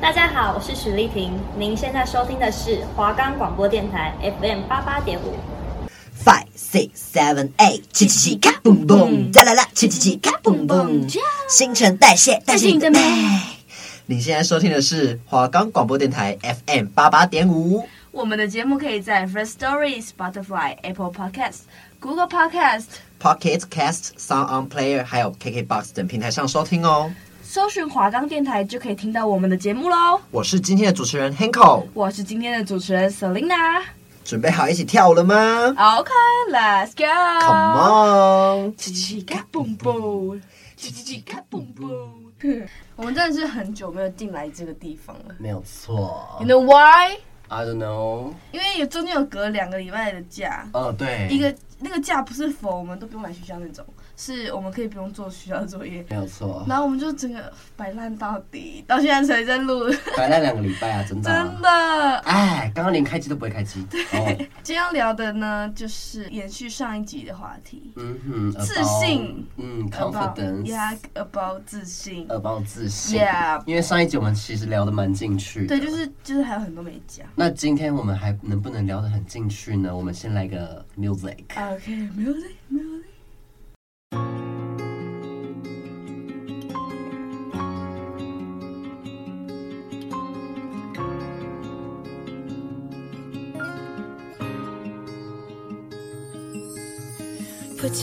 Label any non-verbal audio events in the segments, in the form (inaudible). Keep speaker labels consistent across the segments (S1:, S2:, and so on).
S1: 大家好，我是许丽婷，您现在收听的是华冈广播电台 FM 八八点五。
S2: Five, six, seven, eight，七七七，咔嘣嘣，哒啦啦，七七七，咔嘣嘣，新陈代谢，代谢你的美。
S3: 哎你现在收听的是华冈广播电台 FM 八八点五。
S4: 我们的节目可以在 First Story、Spotify、Apple Podcast、Google Podcast
S3: Pocket Cast、Sound On Player 还有 KKBox 等平台上收听哦。
S4: 搜寻华冈电台，就可以听到我们的节目喽。
S3: 我是今天的主持人 Hanko，
S4: 我是今天的主持人 Selina。
S3: 准备好一起跳舞了吗
S4: OK，Let's、go。
S3: ？Come on！
S4: 叽叽嘎嘣嘣，叽叽嘎嘣嘣。我们真的是很久没有进来这个地方了。
S5: 没有错
S4: You know why？
S5: ，I don't know。
S4: 因为有中间有隔两个礼拜的假，
S5: 哦，
S3: 呃
S5: 对，
S4: 一个那个假不是否我们都不用来学校那种，是我们可以不用做学校作业。
S5: 没有错，
S4: 然后我们就整个摆烂到底，到现在才在 (laughs) 录，
S5: 摆烂两个礼拜啊，真的啊，
S4: 真的。
S5: 哎，刚刚连开机都不会开机。哦，
S4: 今天要聊的呢，就是延续上一集的话题，
S5: 嗯哼，
S4: 自信
S5: about，嗯
S4: about-
S5: ，confidence，
S4: yeah about 自信，
S5: about 自信
S4: Yeah
S5: 因为上一集我们其实聊得蛮进去的，
S4: 对，就是就是还有很多没讲。
S5: 那今天我们还能不能聊得很进去呢？我们先来个 music。
S4: OK，没有嘞，没有嘞。
S6: Put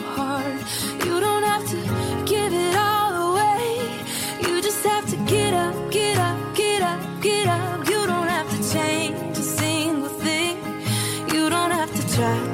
S6: hard. You don't have to give it all away. You just have to get up, get up, get up, get up. You don't have to change a single thing. You don't have to try,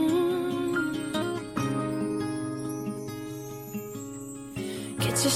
S6: Mm-hmm. Get your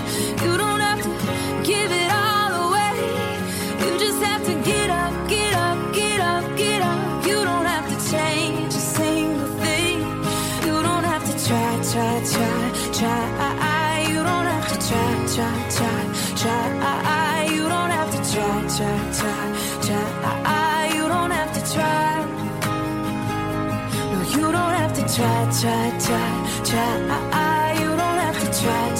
S6: You don't have to give it all away. You just have to get up, get up, get up, get up. You don't have to change a single thing. You don't have to try, try, try, try. You don't have to try, try, try, try. You don't have to try, try, try, try. You don't have to try. No, you don't have to try, try, try, try. You don't have to try,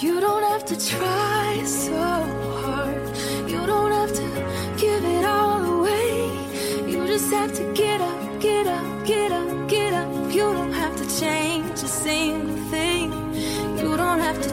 S6: You don't have to try so hard. You don't have to give it all away. You just have to get up, get up, get up, get up. You don't have to change a single thing. You don't have to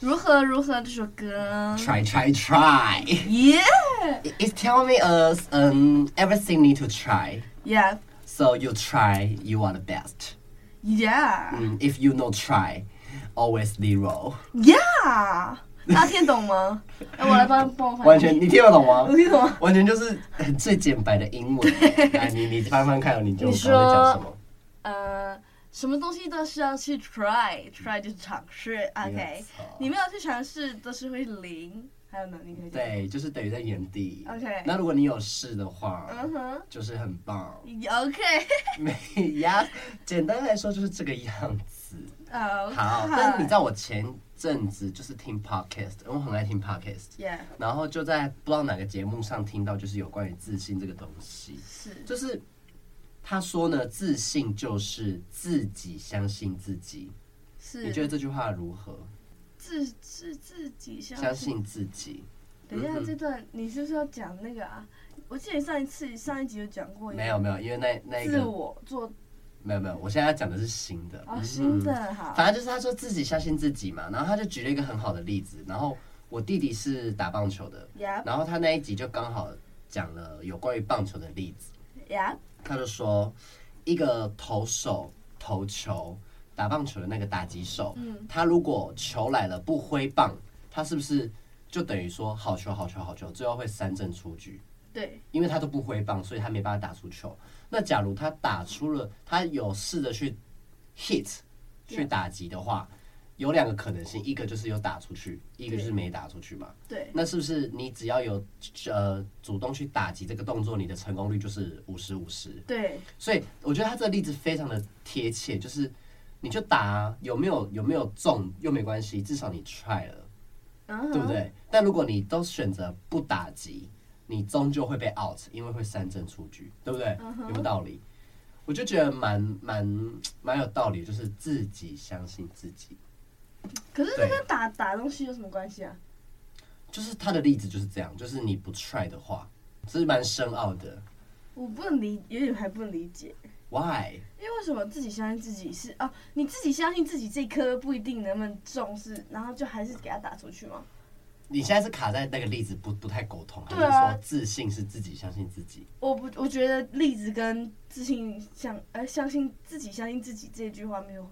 S4: 如何如何这首歌
S5: Try try try，
S4: ，Yeah，
S5: It's telling me us um everything need to try.
S4: Yeah,
S5: So you try, you are the best.
S4: yeah,
S5: 嗯，If you no try, always zero。
S4: yeah，大家听懂吗？
S5: (laughs)
S4: 哎，我来帮帮我翻译
S5: 完全你听得懂吗？
S4: 我听懂吗
S5: 完全就是很最简白的
S4: (laughs)
S5: 英文。哎，你你翻翻看，你就
S4: 你
S5: 知道我在讲
S4: 说
S5: 什么。
S4: 呃，什么东西都是要去 try，try 就是尝试，OK，
S5: 没错
S4: 你没有去尝试都是会零。还有呢，你可以讲
S5: 对，就是等于在原地。
S4: OK
S5: 那如果你有试的话，
S4: 嗯哼
S5: 就是很棒。
S4: ，OK，
S5: 没呀，简单来说就是这个样子。
S4: 呃，
S5: 好，但是你知道我前阵子就是听 podcast，因为我很爱听 podcast，
S4: ，Yeah，
S5: 然后就在不知道哪个节目上听到，就是有关于自信这个东西。
S4: 是
S5: 就是他说呢，自信就是自己相信自己。
S4: 是，
S5: 你觉得这句话如何？
S4: 自自自己相
S5: 相信自己？
S4: 等一下
S5: 嗯，哼
S4: 这段你是不是要讲那个啊？我记得你上一次上一集有讲过，
S5: 没有没有，因为那那一
S4: 自
S5: 个
S4: 我做
S5: 没有没有，我现在要讲的是新的。
S4: 哦
S5: 嗯
S4: 新的好，
S5: 反正就是他说自己相信自己嘛，然后他就举了一个很好的例子。然后我弟弟是打棒球的，
S4: 呀
S5: 然后他那一集就刚好讲了有关于棒球的例子。
S4: 呀
S5: 他就说，一个投手投球打棒球的那个打击手，
S4: 嗯
S5: 他如果球来了不挥棒，他是不是就等于说好球好球好球，最后会三振出局？
S4: 对
S5: 因为他都不挥棒，所以他没办法打出球。那假如他打出了，他有试着去 hit 去打击的话，有两个可能性，一个就是有打出去，一个就是没打出去嘛。
S4: 对
S5: 那是不是你只要有呃主动去打击这个动作，你的成功率就是五十五十？
S4: 对
S5: 所以我觉得他这个例子非常的贴切，就是你就打啊、有没有有没有中又没关系，至少你 try 了，
S4: 嗯
S5: 对不
S4: 哼
S5: 对？但如果你都选择不打击，你终究会被 out，因为会三振出局，对不对？
S4: 嗯
S5: 有没有道理？我就觉得蛮蛮蛮有道理，就是自己相信自己。
S4: 可是这
S5: 对
S4: 跟打打东西有什么关系啊？
S5: 就是他的例子就是这样，就是你不 try 的话，这是蛮深奥的。
S4: 我不能理，有点还不能理解，
S5: Why？
S4: 因为为什么自己相信自己是哦、你自己相信自己这颗不一定能不能重视，然后就还是给它打出去吗？
S5: 你现在是卡在那个例子不不太沟通，还是
S4: 对啊
S5: 说自信是自己相信自己？
S4: 我不，我觉得例子跟自信相，呃，相信自己相信自己这句话没有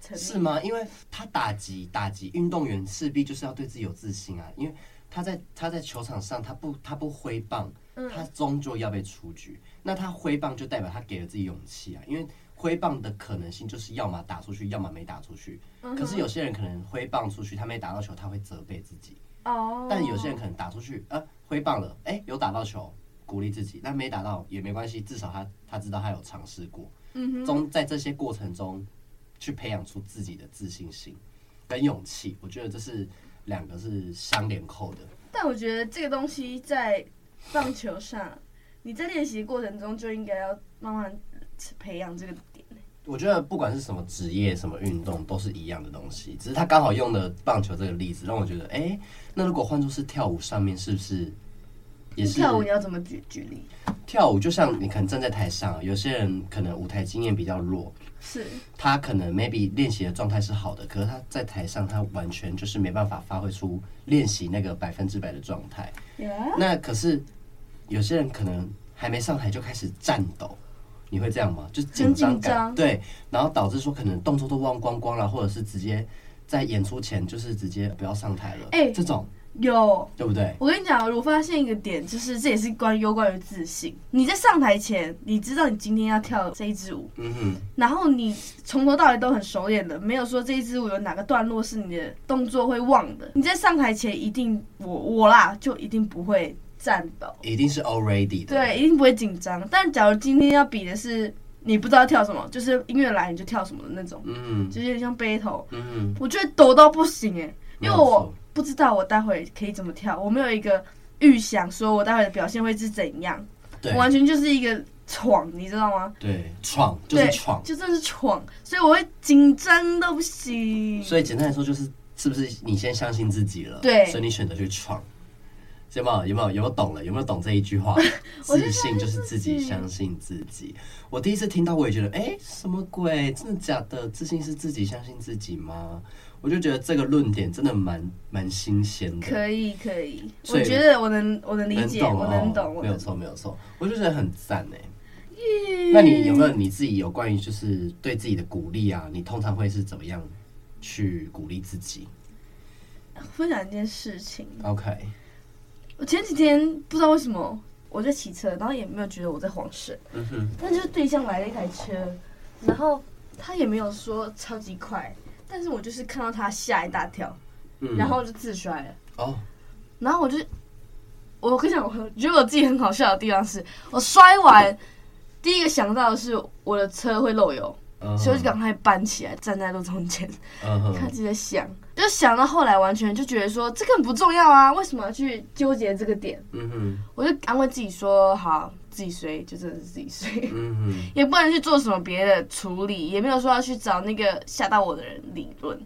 S4: 成立。
S5: 是吗？因为他打击打击运动员势必就是要对自己有自信啊，因为他在他在球场上他不他不挥棒，他终究要被出局。那他挥棒就代表他给了自己勇气啊，因为挥棒的可能性就是要么打出去，要么没打出去。可是有些人可能挥棒出去，他没打到球，他会责备自己；
S4: 哦，
S5: 但有些人可能打出去，呃，挥棒了，哎、有打到球，鼓励自己；那没打到也没关系，至少他他知道他有尝试过。
S4: 嗯哼，
S5: 中在这些过程中去培养出自己的自信心跟勇气，我觉得这是两个是相连扣的。
S4: 但我觉得这个东西在棒球上，你在练习过程中就应该要慢慢培养这个点。
S5: 我觉得不管是什么职业、什么运动，都是一样的东西，只是他刚好用的棒球这个例子，让我觉得，哎、那如果换作是跳舞上面，是不是也是
S4: 跳舞你要怎么举举例？
S5: 跳舞就像你可能站在台上，啊有些人可能舞台经验比较弱，
S4: 是
S5: 他可能 maybe 练习的状态是好的，可是他在台上他完全就是没办法发挥出练习那个百分之百的状态。
S4: ，Yeah，
S5: 那可是有些人可能还没上台就开始战斗，你会这样吗？就是紧张
S4: 很紧
S5: 感，
S4: 张
S5: 对，然后导致说可能动作都忘光光了，或者是直接在演出前就是直接不要上台了，
S4: 哎
S5: 这种
S4: 有。
S5: 对不对？
S4: 我跟你讲，我发现一个点，就是这也是关于有关于自信。你在上台前，你知道你今天要跳这一支舞，
S5: 嗯哼，
S4: 然后你从头到尾都很熟练的，没有说这一支舞有哪个段落是你的动作会忘的。你在上台前一定，我我啦，就一定不会战斗，
S5: 一定是 already 的，
S4: 对，一定不会紧张。但假如今天要比的是你不知道跳什么，就是音乐来你就跳什么的那种，
S5: 嗯
S4: 就有点像 battle，
S5: 嗯，
S4: 我觉得抖到不行哎、因为
S5: 没有错
S4: 我不知道我待会可以怎么跳，我没有一个预想说我待会的表现会是怎样，
S5: 对
S4: 我完全就是一个闯，你知道吗？
S5: 对，闯就是
S4: 对
S5: 闯，
S4: 就真的是闯，所以我会紧张到不行。
S5: 所以简单来说就是是不是你先相信自己了，
S4: 对
S5: 所以你选择去闯。有没有有没有有没有懂了？有没有懂这一句话？
S4: (laughs) 我
S5: 自
S4: 就
S5: 信就是自己
S4: 相信自己
S5: 相信自己。我第一次听到，我也觉得，哎、什么鬼？真的假的？自信是自己相信自己吗？我就觉得这个论点真的蛮蛮新鲜的，
S4: 可以可以，
S5: 所
S4: 我
S5: 以
S4: 觉得我能我能理
S5: 能
S4: 解，
S5: 懂
S4: 我
S5: 哦
S4: 能懂，我
S5: 没有
S4: 能。
S5: 错没有错，我就觉得很赞哎。
S4: 嗯
S5: 那你有没有你自己有关于就是对自己的鼓励啊？你通常会是怎么样去鼓励自己
S4: 分享一件事情，
S5: ？OK，
S4: 我前几天不知道为什么我在骑车，然后也没有觉得我在晃神，
S5: 嗯哼，
S4: 但就是对向来了一台车，然后他也没有说超级快，但是我就是看到他吓一大跳，
S5: 嗯
S4: 然后就自摔了。
S5: 哦，
S4: 然后我就，我跟你讲，我觉得我自己很好笑的地方是，我摔完，第一个想到的是我的车会漏油，
S5: 嗯
S4: 所以我就赶快搬起来站在路中间，
S5: 嗯
S4: 看
S5: 哼，
S4: 自己在想，就想到后来完全就觉得说这个很不重要啊，为什么要去纠结这个点？
S5: 嗯哼，
S4: 我就安慰自己说，好，自己衰，就真的是自己衰。
S5: 嗯哼，
S4: 也不能去做什么别的处理，也没有说要去找那个吓到我的人理论。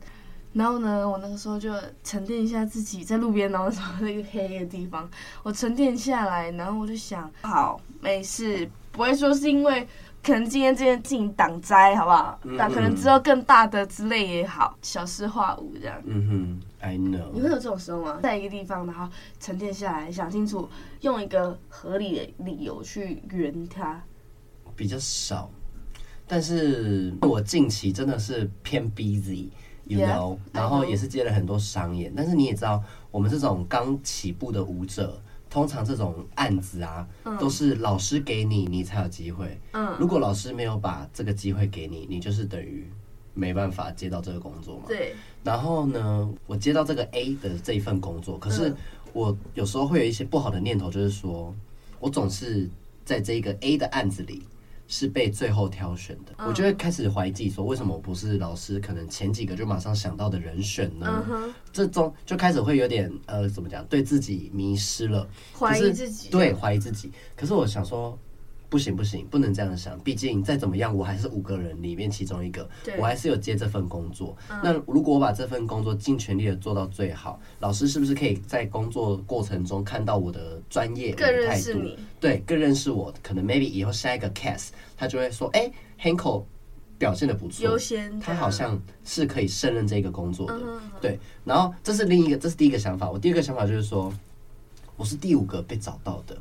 S4: 然后呢，我那个时候就沉淀一下自己在路边，然后找那个黑的地方，我沉淀下来，然后我就想，好，没事，不会说是因为可能今天这件事情挡灾，好不好
S5: 嗯？
S4: 那可能之后更大的之类也好，小事化无这样。
S5: 嗯哼，I
S4: 你会
S5: know，
S4: 有这种时候吗？在一个地方，然后沉淀下来，想清楚，用一个合理的理由去圆它。
S5: 比较少，但是我近期真的是偏 busy。You
S4: Yeah,
S5: know，
S4: I
S5: 然后
S4: know
S5: 也是接了很多商演，但是你也知道，我们这种刚起步的舞者，通常这种案子啊，都是老师给你，你才有机会。
S4: 嗯，
S5: 如果老师没有把这个机会给你，你就是等于没办法接到这个工作嘛。
S4: 对，
S5: 然后呢，我接到这个 A 的这一份工作，可是
S4: 嗯
S5: 我有时候会有一些不好的念头，就是说我总是在这个 A 的案子里是被最后挑选的，
S4: 嗯
S5: 我就会开始怀疑说，为什么我不是老师可能前几个就马上想到的人选呢
S4: 嗯？哼。
S5: 这中就开始会有点呃，怎么讲，对自己迷失了。
S4: 怀
S5: 可
S4: 疑
S5: 是
S4: 自己。
S5: 对，怀疑自己。可是我想说，不行不行，不能这样想。毕竟再怎么样，我还是五个人里面其中一个
S4: 对，嗯
S5: 我还是有接这份工作。那如果我把这份工作尽全力的做到最好，老师是不是可以在工作过程中看到我的专业、我
S4: 更
S5: 的
S4: 认
S5: 态
S4: 识
S5: 度
S4: 你？
S5: 对，更认识我。可能 maybe 以后下一个 cast，他就会说，哎、h a n k o 表现的不错，
S4: 优先
S5: 他好像是可以胜任这个工作的
S4: 嗯哼嗯哼，
S5: 对。然后这是另一个，这是第一个想法。我第二个想法就是说，我是第五个被找到的，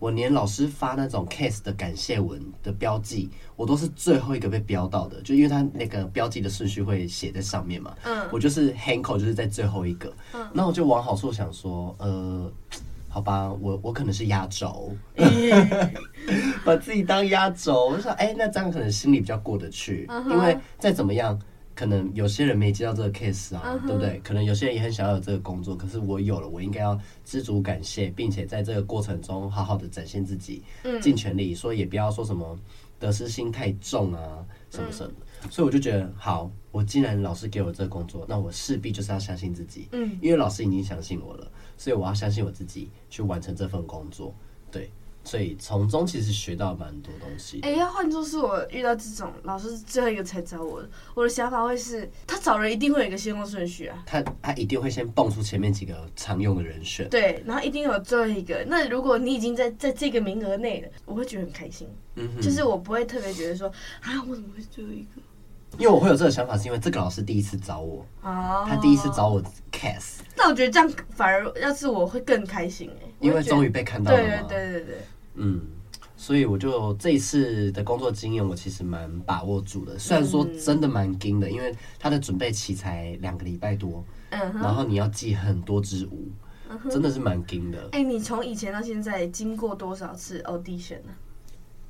S5: 我连老师发那种 case 的感谢文的标记，我都是最后一个被标到的，就因为他那个标记的顺序会写在上面嘛。
S4: 嗯
S5: 我就是 Hanko，就是在最后一个。嗯，那我就往好处想说，呃，好吧，我我可能是压轴。把自己当压轴，我就说，哎、那这样可能心里比较过得去因为再怎么样，可能有些人没接到这个 case 啊对不对？可能有些人也很想要有这个工作，可是我有了，我应该要知足感谢，并且在这个过程中好好的展现自己，尽全力，所以也不要说什么得失心太重啊，什么什么。所以我就觉得，好，我既然老师给我这个工作，那我势必就是要相信自己，
S4: 嗯，
S5: 因为老师已经相信我了，所以我要相信我自己去完成这份工作，对。所以从中其实学到蛮多东西的。
S4: 哎、要换作是我遇到这种老师是最后一个才找我的，我的想法会是，他找人一定会有一个先后顺序啊，
S5: 他他一定会先蹦出前面几个常用的人选。
S4: 对，然后一定有最后一个。那如果你已经在在这个名额内了，我会觉得很开心，
S5: 嗯哼，
S4: 就是我不会特别觉得说啊，我怎么会最后一个
S5: 因为我会有这个想法，是因为这个老师第一次找我，
S4: 啊？
S5: 他第一次找，我 cast，、
S4: 那我觉得这样反而要是我会更开心哎、
S5: 因为终于
S4: 于
S5: 被看到
S4: 对
S5: 了嘛。
S4: 对对对对，
S5: 嗯，所以我就这一次的工作经验，我其实蛮把握住的。虽然说
S4: 嗯
S5: 真的蛮惊的，因为他的准备期才两个礼拜多，
S4: 嗯哼。嗯
S5: 然后你要记很多支舞，真的是蛮惊的。
S4: 哎、你从以前到现在经过多少次 audition 呢、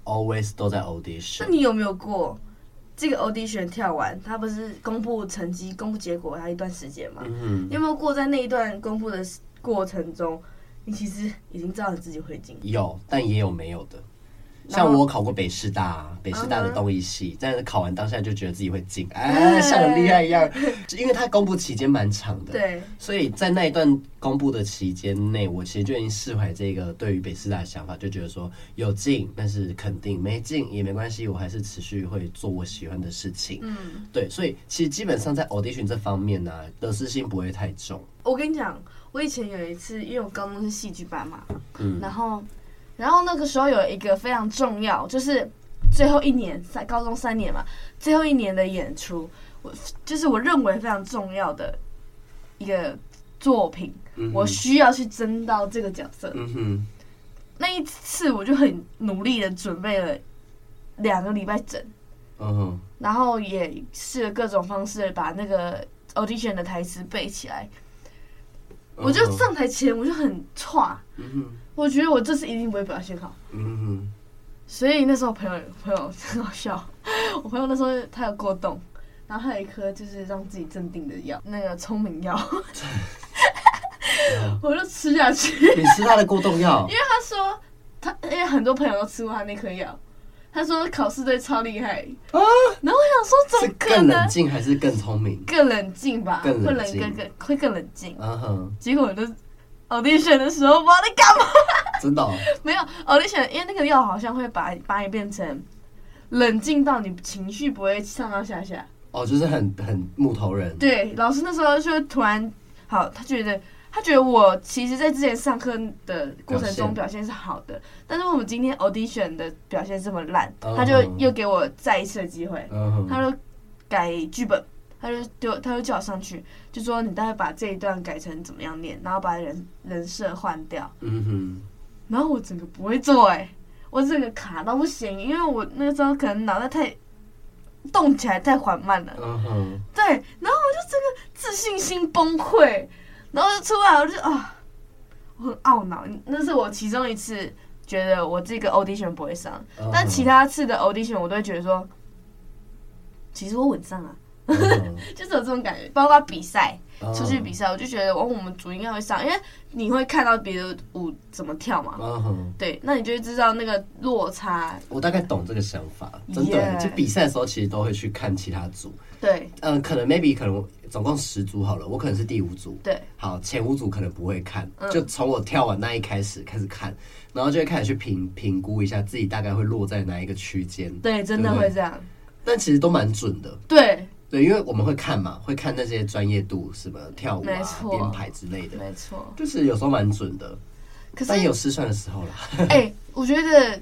S5: Always 都在
S4: 那
S5: audition。
S4: 你有没有过这个 audition 跳完，他不是公布成绩、公布结果还有一段时间吗？
S5: 嗯
S4: 你有没有过在那一段公布的过程中，你其实已经知道你自己会进？
S5: 有，但也有没有的。
S4: 然后嗯
S5: 像我考过北师大，北师大的东艺系，但是考完当下就觉得自己会进，哎，像很厉害一样。就因为它公布期间蛮长的，，
S4: 对，
S5: 所以在那一段公布的期间内，我其实就已经释怀这个对于北师大的想法，就觉得说有进，但是肯定没进也没关系，我还是持续会做我喜欢的事情。
S4: 嗯，
S5: 对，所以其实基本上在 audition 这方面呢、得失心不会太重。
S4: 我跟你讲，我以前有一次，因为我高中是戏剧班嘛，
S5: 嗯
S4: 然后，然后那个时候有一个非常重要，就是最后一年三高中三年嘛，最后一年的演出，我就是我认为非常重要的一个作品，
S5: 嗯哼
S4: 我需要去争到这个角色。
S5: 嗯哼，
S4: 那一次我就很努力的准备了两个礼拜整，
S5: 嗯哼，
S4: 然后也试了各种方式把那个 audition 的台词背起来。我就上台前我就很歘，
S5: 嗯哼，
S4: 我觉得我这次一定不会表现好。
S5: 嗯哼，
S4: 所以那时候朋友朋友 (laughs) 很好笑，我朋友那时候他有过动，然后他有一颗就是让自己镇定的药，那个聪明
S5: (laughs)
S4: 药，我就吃下去。
S5: 你吃他的过动药，
S4: 他说他因为很多朋友都吃过他那颗药，他说考试对超厉害
S5: 啊
S4: 然后我想说
S5: 是
S4: 怎么可
S5: 更冷
S4: 能？
S5: 静还是更聪明？
S4: 更冷静吧，
S5: 更
S4: 会
S5: 冷
S4: 冷
S5: 静
S4: 更更会更冷静。
S5: 嗯哼，
S4: 结果我就 audition 的时候，我在干嘛？
S5: 真的哦，
S4: 没有 audition，因为那个药好像会把把你变成冷静到你情绪不会上上下下。
S5: 哦，就是很很木头人，
S4: 对，老师那时候就突然好，他觉得他觉得我其实在之前上课的过程中表
S5: 表
S4: 现是好的，但是我们今天 audition 的表现这么烂，
S5: 哦
S4: 他就又给我再一次的机会，
S5: 嗯
S4: 他
S5: 哼，
S4: 就改剧本。他就丢，他就叫我上去，就说你大概把这一段改成怎么样念，然后把人人设换掉。
S5: 嗯哼，
S4: 然后我整个不会做、哎，我整个卡到不行，因为我那个时候可能脑袋太动起来太缓慢了，
S5: 嗯哼，
S4: 对，然后我就整个自信心崩溃，然后就出来，我就啊，我很懊恼，那是我其中一次觉得我这个 audition 不会上，
S5: 嗯
S4: 但其他次的 audition 我都会觉得说，其实我稳上啊，
S5: 嗯哼
S4: 就是有这种感觉，包括比赛，
S5: 嗯
S4: (laughs) 出去比赛，我就觉得哦，我们组应该会上，因为你会看到别的舞怎么跳嘛，
S5: 嗯哼，
S4: 对，那你就会知道那个落差。
S5: 我大概懂这个想法，真的，
S4: Yeah
S5: 就比赛的时候其实都会去看其他组，
S4: 对
S5: 嗯，可能 maybe 可能我总共十组好了，我可能是第五组，
S4: 对，嗯
S5: 好，前五组可能不会看，就从我跳完那一开始开始看，然后就会开始去评评估一下自己大概会落在哪一个区间。
S4: 对，真的
S5: 对不
S4: 会
S5: 对
S4: 这样。
S5: 但其实都蛮准的，
S4: 对，
S5: 对，因为我们会看嘛，会看那些专业度，什么跳舞
S4: 没
S5: 啊、
S4: 错
S5: 编排之类的，
S4: 没错。
S5: 就是有时候蛮准的，
S4: 可是
S5: 但也有失算的时候啦。
S4: 哎、我觉得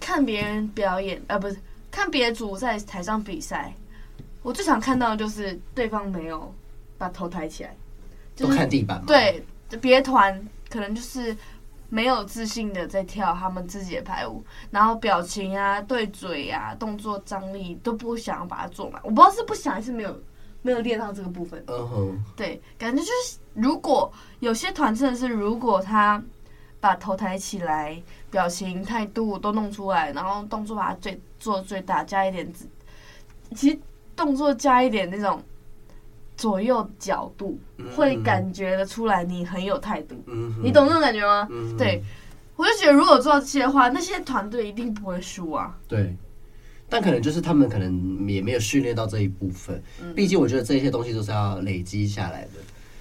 S4: 看别人表演，呃，不是看别的组在台上比赛，我最常看到的就是对方没有把头抬起来，就
S5: 都看
S4: 是
S5: 地板嘛。，
S4: 对别的团可能就是没有自信的在跳他们自己的排舞，然后表情啊、对嘴啊、动作张力都不想要把它做满。我不知道是不想还是没有没有练到这个部分。
S5: 嗯哼，
S4: 对，感觉就是如果有些团真的是，如果他把头抬起来，表情态度都弄出来，然后动作把它最做最大，加一点自，其实动作加一点那种左右角度，会感觉得出来你很有态度，
S5: 嗯哼，
S4: 你懂那种感觉吗？
S5: 嗯哼
S4: 对，我就觉得如果做到这些的话，那些团队一定不会输啊。
S5: 对，但可能就是他们可能也没有训练到这一部分，毕竟我觉得这些东西都是要累积下来的。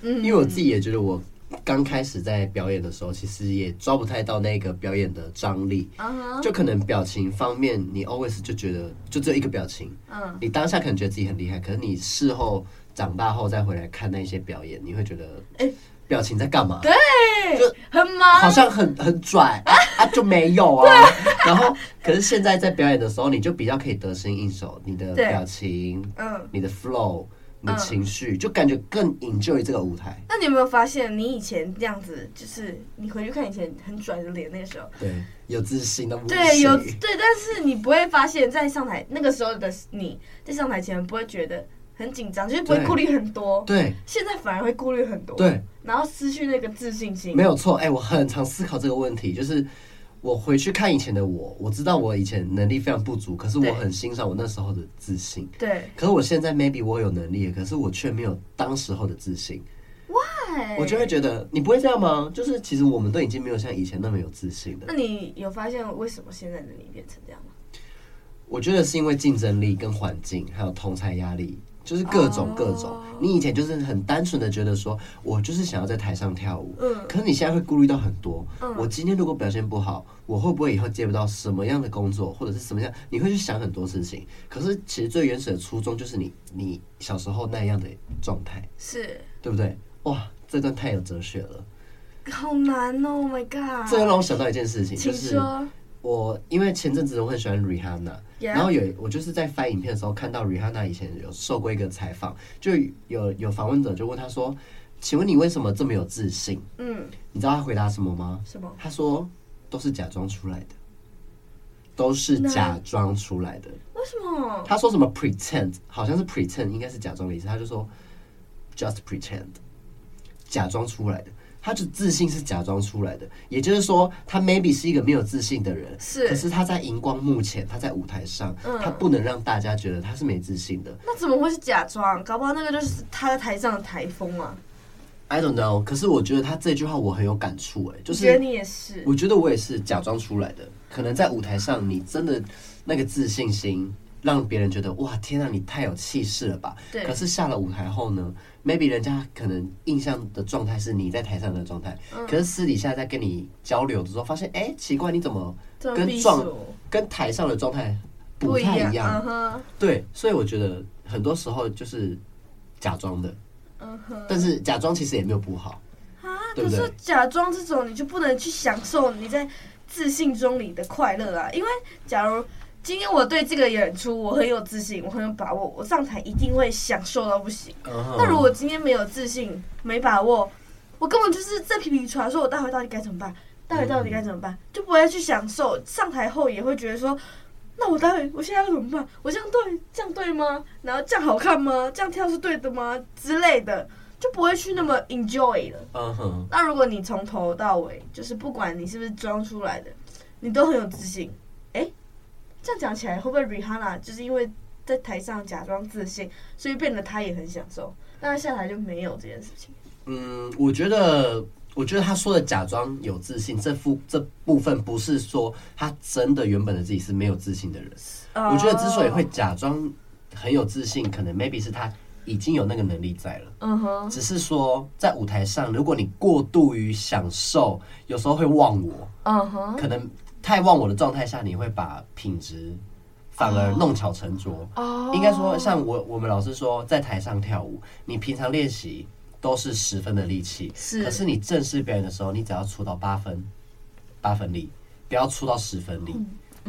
S4: 嗯
S5: 因为我自己也觉得我刚开始在表演的时候，其实也抓不太到那个表演的张力，
S4: 嗯哼，
S5: 就可能表情方面，你 always 就觉得就只有一个表情，
S4: 嗯，
S5: 你当下可能觉得自己很厉害，可是你事后长大后再回来看那些表演，你会觉得，
S4: 哎
S5: 表情在干嘛？
S4: 对，很忙，
S5: 好像很
S4: (laughs)
S5: 很拽啊啊就没有啊。然后，可是现在在表演的时候，你就比较可以得心应手，你的
S4: 对
S5: 表情、
S4: 嗯。
S5: 你的 flow、你的情绪，就感觉更 enjoy 这个舞台。
S4: 那你有没有发现，你以前这样子，就是你回去看以前很拽的脸，那个时候，
S5: 对，有自信的
S4: 对，有对，但是你不会发现，在上台那个时候的你，在上台前不会觉得很紧张，就是不会
S5: 对
S4: 顾虑很多。
S5: 对
S4: 现在反而会顾虑很多，，
S5: 对，
S4: 然后失去那个自信心。
S5: 没有错。哎、我很常思考这个问题，就是。我回去看以前的我，我知道我以前能力非常不足，可是
S4: 对
S5: 我很欣赏我那时候的自信。
S4: 对，
S5: 可是我现在 maybe 我有能力了，可是我却没有当时候的自信。我
S4: 哎
S5: 就会觉得你不会这样吗？就是其实我们都已经没有像以前那么有自信
S4: 那
S5: 了。
S4: 你有发现为什么现在的你变成这样吗？
S5: 我觉得是因为竞争力、跟环境，还有同才压力，就是各种各种。
S4: 哦
S5: 你以前就是很单纯的觉得说，我就是想要在台上跳舞，
S4: 嗯
S5: 可是你现在会顾虑到很多。我今天如果表现不好，我会不会以后接不到什么样的工作，或者是什么样？你会去想很多事情。可是其实最原始的初衷就是你你小时候那样的状态，
S4: 是，
S5: 对不对？哇，这段太有哲学了。
S4: 好难哦、oh、，My God！
S5: 这又让我想到一件事情，就
S4: 请
S5: 是
S4: 说，
S5: 我因为前阵子我很喜欢 Rihanna，
S4: Yeah
S5: 然后有我就是在翻影片的时候看到 Rihanna 以前有受过一个采访，就有有访问者就问她说：“请问你为什么这么有自信
S4: 嗯，？”
S5: 你知道她回答什么吗？
S4: 什么？
S5: 她说：“都是假装出来的，都是
S4: 那
S5: 假装出来的。”
S4: 为什么？
S5: 他说什么 pretend，好像是 pretend，应该是假装的意思。他就说 just pretend，假装出来的。他的自信是假装出来的，也就是说，他 maybe 是一个没有自信的人，
S4: 是嗯
S5: 可是他在荧光幕前，他在舞台上，他不能让大家觉得他是没自信的。
S4: 那怎么会是假装？搞不好那个就是他在台上的台风啊！
S5: I don't know，可是我觉得他这句话我很有感触，哎，就
S4: 我
S5: 是
S4: 觉得你也是，
S5: 我觉得我也是假装出来的。可能在舞台上，你真的那个自信心，让别人觉得哇，天啊，你太有气势了吧？
S4: 对
S5: 可是下了舞台后呢，maybe 人家可能印象的状态是你在台上的状态，
S4: 嗯
S5: 可是私底下在跟你交流的时候，发现哎、奇怪，你怎么
S4: 这么
S5: 跟
S4: 避
S5: 状
S4: 暑
S5: 跟台上的状态
S4: 不
S5: 不太
S4: 样。嗯
S5: 一样？
S4: 哼，
S5: 对，所以我觉得很多时候就是假装的，
S4: 嗯哼。
S5: 但是假装其实也没有不好。
S4: 啊，
S5: 对
S4: 可
S5: 不对
S4: 是假装这种，你就不能去享受你在自信中你的快乐啊。因为假如今天我对这个演出我很有自信，我很有把握，我上台一定会享受到不行。
S5: 嗯
S4: 那如果今天没有自信、没把握，我根本就是在皮皮船，说我待会到底该怎么办？待会到底该怎么
S5: 嗯
S4: 办？就不会去享受。上台后也会觉得说，那我待会我现在要怎么办？我这样对这样对吗？然后这样好看吗？这样跳是对的吗？之类的，就不会去那么 enjoy 了。
S5: 嗯哼，
S4: 那如果你从头到尾，就是不管你是不是装出来的，你都很有自信。哎、这样讲起来，会不会 Rihanna 就是因为在台上假装自信，所以变得她也很享受，但她下台就没有这件事情？
S5: 嗯，我觉得，我觉得他说的假装有自信，这部这部分不是说他真的原本的自己是没有自信的人。我觉得之所以会
S4: 哦，
S5: 假装很有自信，可能 maybe 是他已经有那个能力在了，
S4: 嗯哼，
S5: 只是说在舞台上，如果你过度于享受，有时候会忘我，
S4: 嗯哼，
S5: 可能太忘我的状态下，你会把品质反而弄巧成拙。
S4: 哦
S5: 应该说，像我我们老师说，在台上跳舞，你平常练习都是十分的力气，
S4: 是
S5: 可是你正式表演的时候，你只要出到八分，八分力，不要出到十分力。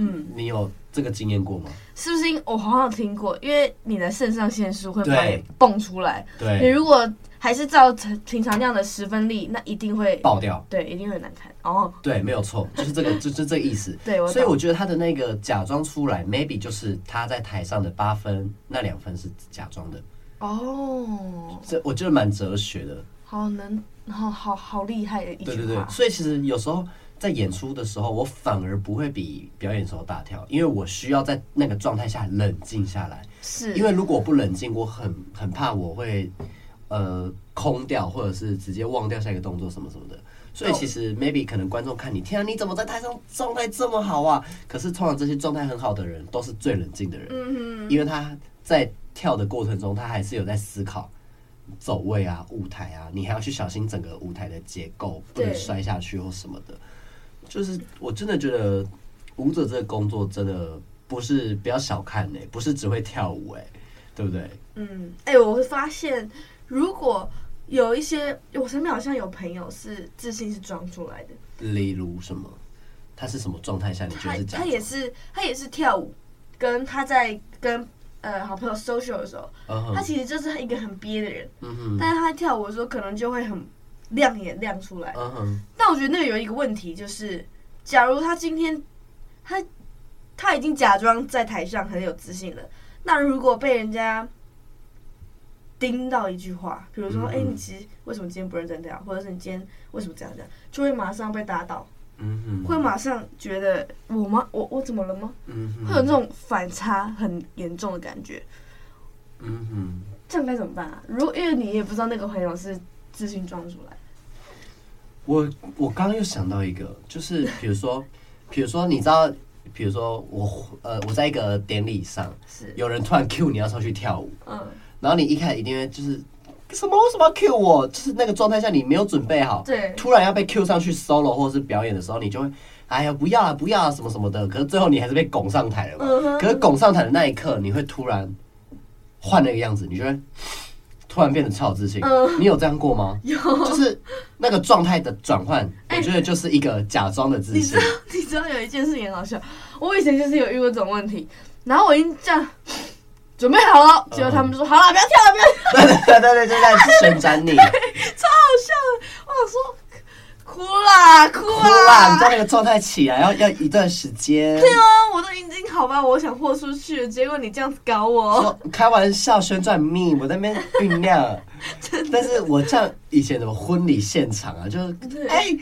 S4: 嗯，
S5: 你有这个经验过吗？
S4: 是不是因我好像听过，因为你的肾上腺素会把
S5: 对
S4: 你蹦出来，
S5: 对
S4: 你如果还是照平常那样的十分力，那一定会
S5: 爆掉。
S4: 对，一定会难看哦。
S5: 对，没有错，就是这个，就就这个意思。
S4: (laughs) 对我懂
S5: 所以我觉得他的那个假装出来，maybe 就是他在台上的八分，那两分是假装的。
S4: 哦，
S5: 这我觉得蛮哲学的，
S4: 好能，好好好厉害的一
S5: 对
S4: 句
S5: 对
S4: 话
S5: 对。。所以其实有时候在演出的时候，我反而不会比表演时候大跳，因为我需要在那个状态下冷静下来。
S4: 是
S5: 因为如果我不冷静，我很很怕我会呃空掉，或者是直接忘掉下一个动作什么什么的。所以其
S4: 哦
S5: 实 maybe 可能观众看你，天啊，你怎么在台上状态这么好啊？可是通常这些状态很好的人都是最冷静的人，
S4: 嗯哼，
S5: 因为他在跳的过程中，他还是有在思考走位啊、舞台啊，你还要去小心整个舞台的结构，不能
S4: 对
S5: 摔下去或什么的。就是我真的觉得舞者这个工作真的不是不要小看哎、不是只会跳舞哎、对不对？
S4: 嗯，哎、我会发现，如果有一些我身边好像有朋友是自信是装出来的，
S5: 例如什么，他是什么状态下你觉
S4: 他
S5: 得是假
S4: 他
S5: 的？
S4: 也是他也是跳舞，跟他在跟呃好朋友 social 的时候，
S5: 嗯哼，
S4: 他其实就是一个很憋的人，
S5: 嗯哼，
S4: 但是他在跳舞的时候可能就会很亮眼亮出来。
S5: 嗯哼，
S4: 但我觉得那个有一个问题，就是假如他今天他他已经假装在台上很有自信了，那如果被人家盯到一句话，比如说“
S5: 嗯
S4: 哎、你其实为什么今天不认真跳，或者是你今天为什么这样这样”，就会马上被打倒，
S5: 嗯哼，
S4: 会马上觉得我吗？我我怎么了吗？
S5: 嗯哼，
S4: 会有那种反差很严重的感觉。
S5: 嗯哼。
S4: 这样该怎么办啊？如果因为你也不知道那个朋友是自信装出来，
S5: 我我刚刚又想到一个，就是比如说，比如说你知道，比如说我呃我在一个典礼上，
S4: 是
S5: 有人突然 cue 你要上去跳舞，
S4: 嗯，
S5: 然后你一开始一定会就是什么为什么要 cue 我，就是那个状态下你没有准备好，
S4: 对
S5: 突然要被 cue 上去 solo 或者是表演的时候，你就会。哎呀，不要了，不要了，什么什么的。可是最后你还是被拱上台了嘛。
S4: 嗯哼
S5: 可是拱上台的那一刻，你会突然换了一个样子，你就会突突然变得超有自信。你有这样过吗？有，就是那个状态的转换，我觉得就是一个假装的自
S4: 你知
S5: 信
S4: 道。 (laughs) 你知道有一件事情很好笑，我以前就是有遇过这种问题，然后我已经这样准备好了，结果他们就说好了，不要跳了，不要跳了，
S5: 对对对对，就在伸展你，哭
S4: 超好笑的。我想说哭啦哭
S5: 啦！你
S4: 啦，
S5: 在那个状态起来要要一段时间。
S4: 对啊，我都已经好吧，我想豁出去了，结果你这样子搞我，
S5: 说开玩笑，旋转命，我在那边酝酿。但是我像以前的婚礼现场啊，就是哎。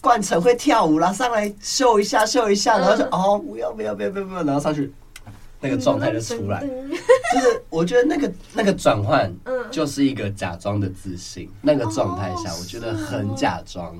S5: 冠城会跳舞啦，上来秀一下秀一下，然后就、哦不要不要不要不要不要，然后上去那个
S4: 嗯
S5: 状态就出来，就是我觉得那个那个转换，
S4: 嗯
S5: 就是一个假装的自信，那个状态下
S4: 哦
S5: 我觉得很假装，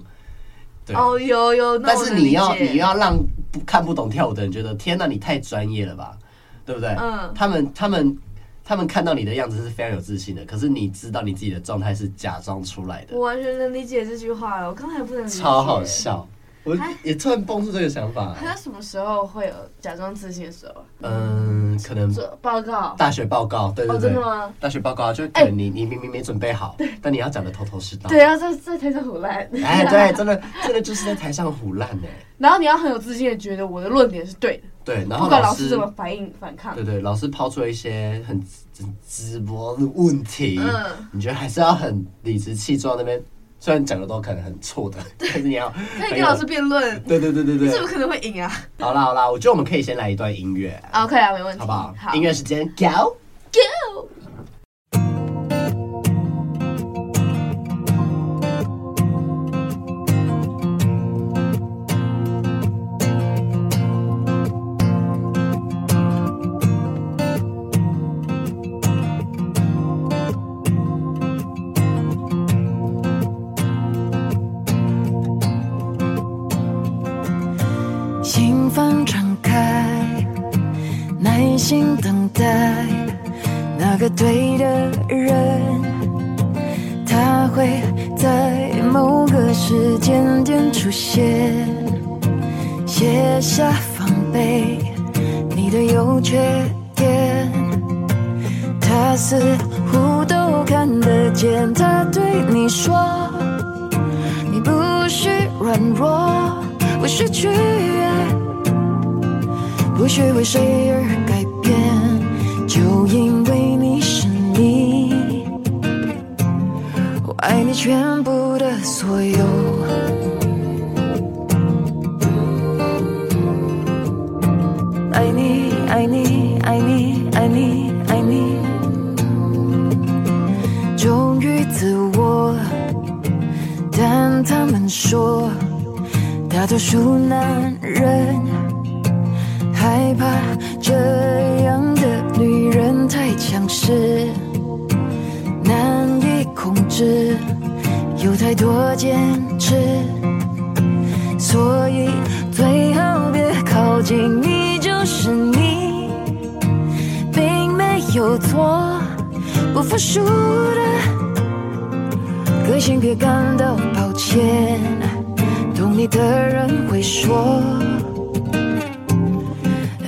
S5: 对。
S4: 哦，有有，那
S5: 但
S4: 我
S5: 是
S4: 能
S5: 你要
S4: 理解
S5: 你要让不看不懂跳舞的人觉得，天哪，你太专业了吧，对不对？
S4: 嗯
S5: 他们他们他们看到你的样子是非常有自信的，可是你知道你自己的状态是假装出来的
S4: 我，完全能理解这句话了，我刚才不能理解，
S5: 超好。笑。我也突然蹦出这个想法，
S4: 他什么时候会有假装自信的时候啊？
S5: 嗯，可能
S4: 做报告，
S5: 大学报告，对对
S4: 哦真
S5: 对
S4: 的吗，哎
S5: 大学报告就可能你你明明没准备好，但你要讲的头头是道。
S4: 对，啊，这这才是胡乱。
S5: 哎，对，真的真的就是在台上胡乱哎，
S4: 然后你要很有自信的觉得我的论点是对的，
S5: 对，然
S4: 不
S5: 后
S4: 管
S5: 老
S4: 老
S5: 师
S4: 师怎么反应反抗
S5: 对。对，老师抛出了一些很直直播的问题，
S4: 嗯
S5: 你觉得还是要很理直气壮那边，虽然讲的都可能很错的，但是你要
S4: 可以
S5: 很
S4: 跟
S5: 有
S4: 老师辩论，
S5: 对对对对
S4: 是不
S5: 对，
S4: 可能会赢啊。
S5: 好啦好啦，我觉得我们可以先来一段音乐，
S4: 啊 OK 啊，没问题，
S5: 好不好？音乐时间，Go。
S4: Go。
S6: 心房敞开，耐心等待那个对的人，他会在某个时间点出现，卸下防备，你的优缺点，他似乎都看得见，他对你说。你不许软弱，不许取悦，不许为谁而改变，就因为你是你，我爱你全部的所有。爱你，爱你，爱你，爱你，爱你，忠于自我。但他们说，大多数男人害怕这样的女人太强势，难以控制，有太多坚持，所以最好别靠近。你就是你，并没有错，不服输的。个性别感到抱歉，懂你的人会说，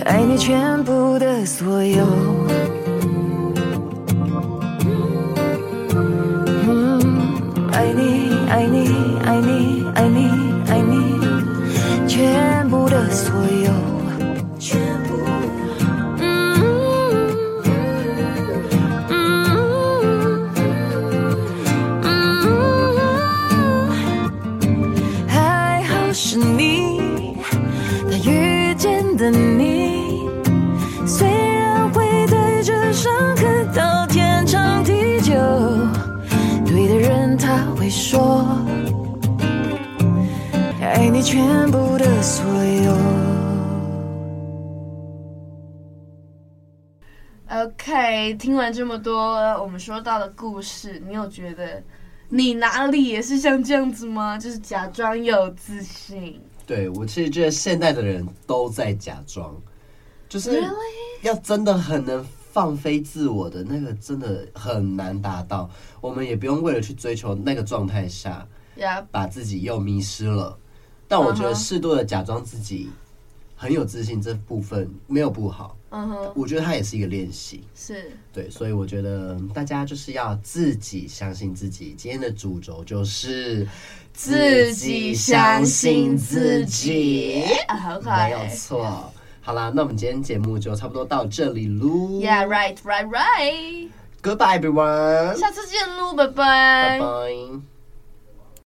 S6: 爱你全部的所有。嗯，爱你，爱你，爱你，爱你，爱你，全部的所有。全部。嗯嗯嗯嗯，还好是你，他遇见的你，虽然会对着伤痕到天长地久，对的人他会说，爱你全部的所有。
S4: OK，听呃完这么多我们说到的故事，你有觉得你哪里也是像这样子吗？就是假装有自信。
S5: 对我其实觉得现代的人都在假装，就是要真的很能放飞自我的那个真的很难达到。我们也不用为了去追求那个状态下，
S4: 呀，
S5: 把自己又迷失了。但我觉得适度的假装自己很有自信这部分没有不好，
S4: 嗯哼，
S5: 我觉得它也是一个练习。
S4: 是
S5: 对，所以我觉得大家就是要自己相信自己。今天的主轴就是
S4: 自己相信自己
S5: 己，
S4: 啊，很好
S5: 没有错。好啦，那我们今天节目就差不多到这里喽。
S4: Yeah, right, right, right。
S5: Goodbye, everyone.
S4: 下次见喽，拜拜。
S5: Bye bye.